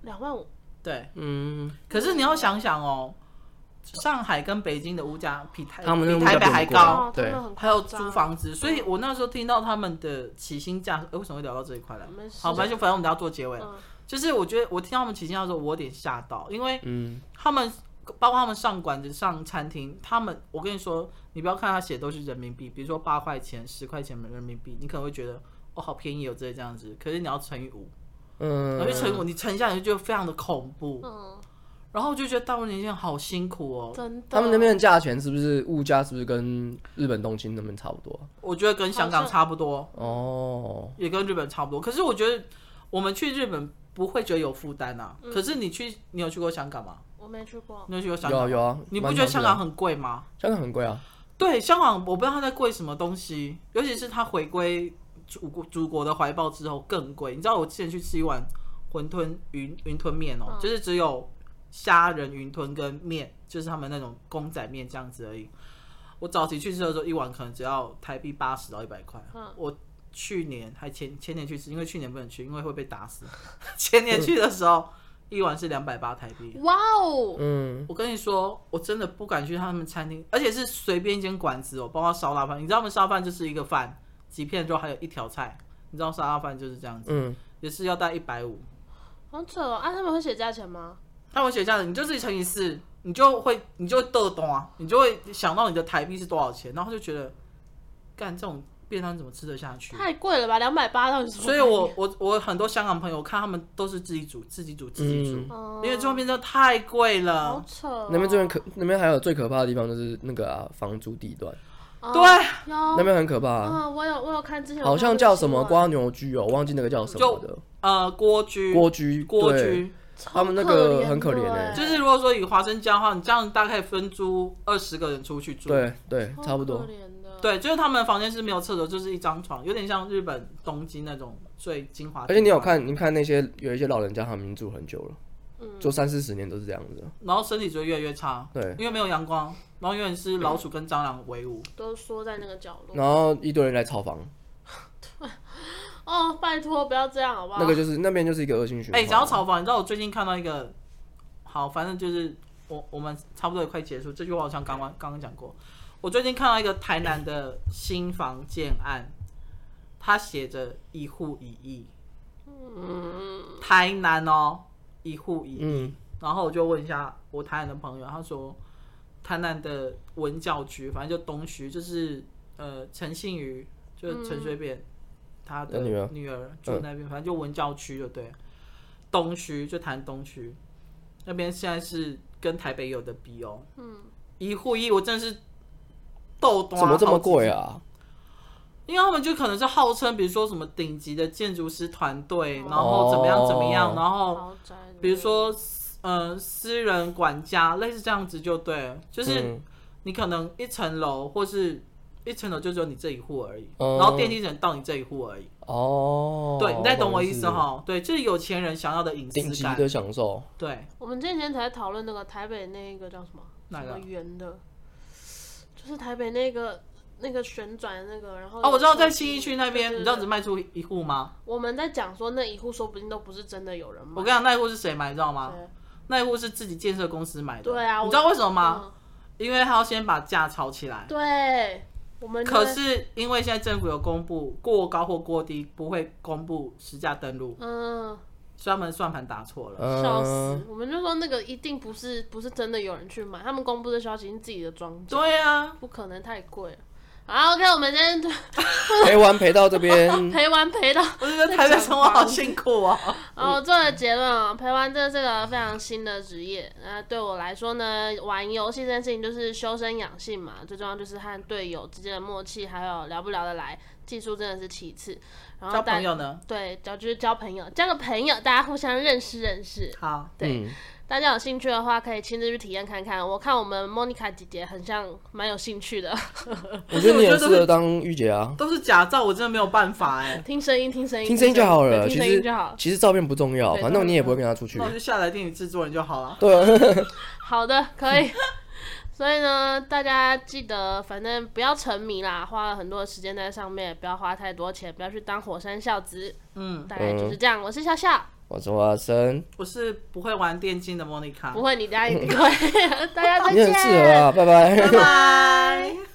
两万五，
对，
嗯，
可是你要想想哦，上海跟北京的物价比台
他们那个
比
物价
台北还
比我们高
高，
哦，真的
对
很夸张嗯
还有租，房子，所以我那时候听到他们的起薪价，哎、为什么会聊到这一块来
没？事
好，反正就反正我们要做结尾了。
嗯
就是我觉得我听到他们起薪价的时候，我有点吓到，因为
嗯，
他们包括他们上馆子、上餐厅，他们我跟你说，你不要看他写的都是人民币，比如说八块钱、十块钱人民币，你可能会觉得哦好便宜哦，这这样子。可是你要乘以五，
嗯，
然后就乘以五，你乘一下你就觉得非常的恐怖。
嗯，
然后我就觉得大陆年轻人好辛苦哦，
真的，
他们那边的价钱是不是物价是不是跟日本东京那边差不多啊？
我觉得跟香港
好像
差不多，
哦，
也跟日本差不多。可是我觉得我们去日本不会觉得有负担啊。可是你去，你有去过香港吗？
我没去过，
你有去过香
有
港？
啊有啊，
你不
蛮
觉得
常去
香
的
港很贵吗？
香港很贵啊？
对，香港我不知道它在贵什么东西，尤其是它回归祖国祖国的怀抱之后更贵。你知道我之前去吃一碗馄饨云云吞面哦、
嗯
就是只有虾仁云吞跟面，就是他们那种公仔面这样子而已。我早期去吃的时候，一碗可能只要台币八十到一百块。
嗯
我去年还前前年去吃，因为去年不能去，因为会被打死。 前年去的时候，一碗是两百八台币。
哇哦，
嗯，
我跟你说，我真的不敢去他们餐厅，而且是随便一间馆子哦，包括烧腊饭。你知道他们烧腊饭就是一个饭，几片肉还有一条菜，你知道烧腊饭就是这样子，
嗯，
也是要带一百五。
好扯哦！啊，他们会写价钱吗？
他们写价的，你就自己乘以四，你就会你就会豆懂啊，你就会想到你的台币是多少钱，然后就觉得，干这种便当怎么吃得下去？
太贵了吧，两百八到底是什么
所
概
以
念？
我我我很多香港朋友，我看他们都是自己煮，自己煮，自己煮，
嗯
哦
因为这边真的太贵
好
了。
扯哦，
那边这边可那边还有最可怕的地方就是那个啊，房租地段，
哦
对，
有
那边很可怕啊，
啊，我有我有看之前有
好
看
像
过
叫
新
什么
闻
瓜牛居哦，我忘记那个叫什么的
呃，蜗居，
蜗居，
蜗
对
居。
他们那个
超
很可怜
的
欸
欸
就是如果说以华生家的话，你这样大概分租二十个人出去住。
对对，差
超
不多
可。怜的
对，就是他们房间是没有厕所，就是一张床，有点像日本东京那种最精华。
而且你有，看，你看那些有一些老人家，他们已经住很久了，
嗯
住三四十年都是这样子。啊
然后身体就会越来越差，
对，
因为没有阳光，然后永远是老鼠跟蟑螂为伍。
都缩在那个角落。
然后一堆人来炒房，
哦，拜托不要这样好不好？
那个就是那边就是一个恶性循
啊哎、
环。
讲到炒房，你知道我最近看到一个，好，反正就是我我们差不多也快结束，这句话好像刚刚刚刚讲过。我最近看到一个台南的新房建案，它写着一户一亿，
嗯，
台南哦，一户一亿。
嗯，
然后我就问一下我台南的朋友，他说台南的文教区，反正就东区，就是呃陈信宇，就是陈水扁、他的
嗯那女儿嗯
女儿住那边，反正就文教区就对了，东区就谈东区那边现在是跟台北有的比哦，
嗯，
一户一，我真的是豆多啊
怎么这么贵？啊？
因为他们就可能是号称，比如说什么顶级的建筑师团队，然后怎么样怎么样，
哦
然后
豪宅的那种，
比如说私，呃，私人管家类似这样子就对了，就是
嗯
你可能一层楼或是一层楼就只有你这一户而已，
哦
然后电梯只能到你这一户而已。
哦，
对，你再懂嗯我意思
懂了
哈？对，就是有钱人想要的隐
是？顶
私
级
感
的。享受，
对，
我们前几天才讨论那个台北那个叫什么
哪
什
个
么圆的，就是台北那个那个旋转的那个，然后
哦，我知道在
新
新一区那边，你知道只卖出一户吗？
我们在讲说那一户说不定都不是真的有人买。
我跟你讲，那一户是谁买，你知道吗？
对
那一户是自己建设公司买的。
对啊我
你知道为什么吗？因为他要先把价炒起来
嗯。对，我们就
可
在
是因为现在政府有公布过高或过低，不会公布实价登录，
嗯，
所以他们算盘打错了。
笑
嗯
死，，我们就说那个一定不是不是真的有人去买，他们公布的消息是自己的庄家，
对啊，
不可能太贵了。好，OK，我们今天，
陪玩陪到这边
陪玩陪到
我就觉得台北生活好辛苦哦。
然
嗯
后我做了结论啊、陪玩真的是个非常新的职业。那对我来说呢，玩游戏这件事情就是修身养性嘛，最重要就是和队友之间的默契，还有聊不聊得来，技术真的是其次。然后
交
大
朋友呢？
对，交就是交朋友，交个朋友，大家互相认识认识。
好，
嗯，
大家有兴趣的话，可以亲自去体验看看。我看我们莫妮卡姐姐很像蛮有兴趣的，
我觉得你很适合当御姐啊，
都是假造，我真的没有办法哎。
听声音，听声音，
听声音就好了。
对
其
听声音就好
实
了。
其实照片不重要，
对
反正你也不会跟他出去
那我。就下载电影制作人就好了。
对啊，
好的，可以。 所以呢，大家记得，反正不要沉迷啦，花了很多的时间在上面，不要花太多钱，不要去当火山孝子，
嗯，
大概就是这样。我是笑笑，
我是华生，
我是不会玩电竞的莫妮卡
不。会，你大家一定会。大家再
你
见，
很适合啊，拜拜。
拜拜。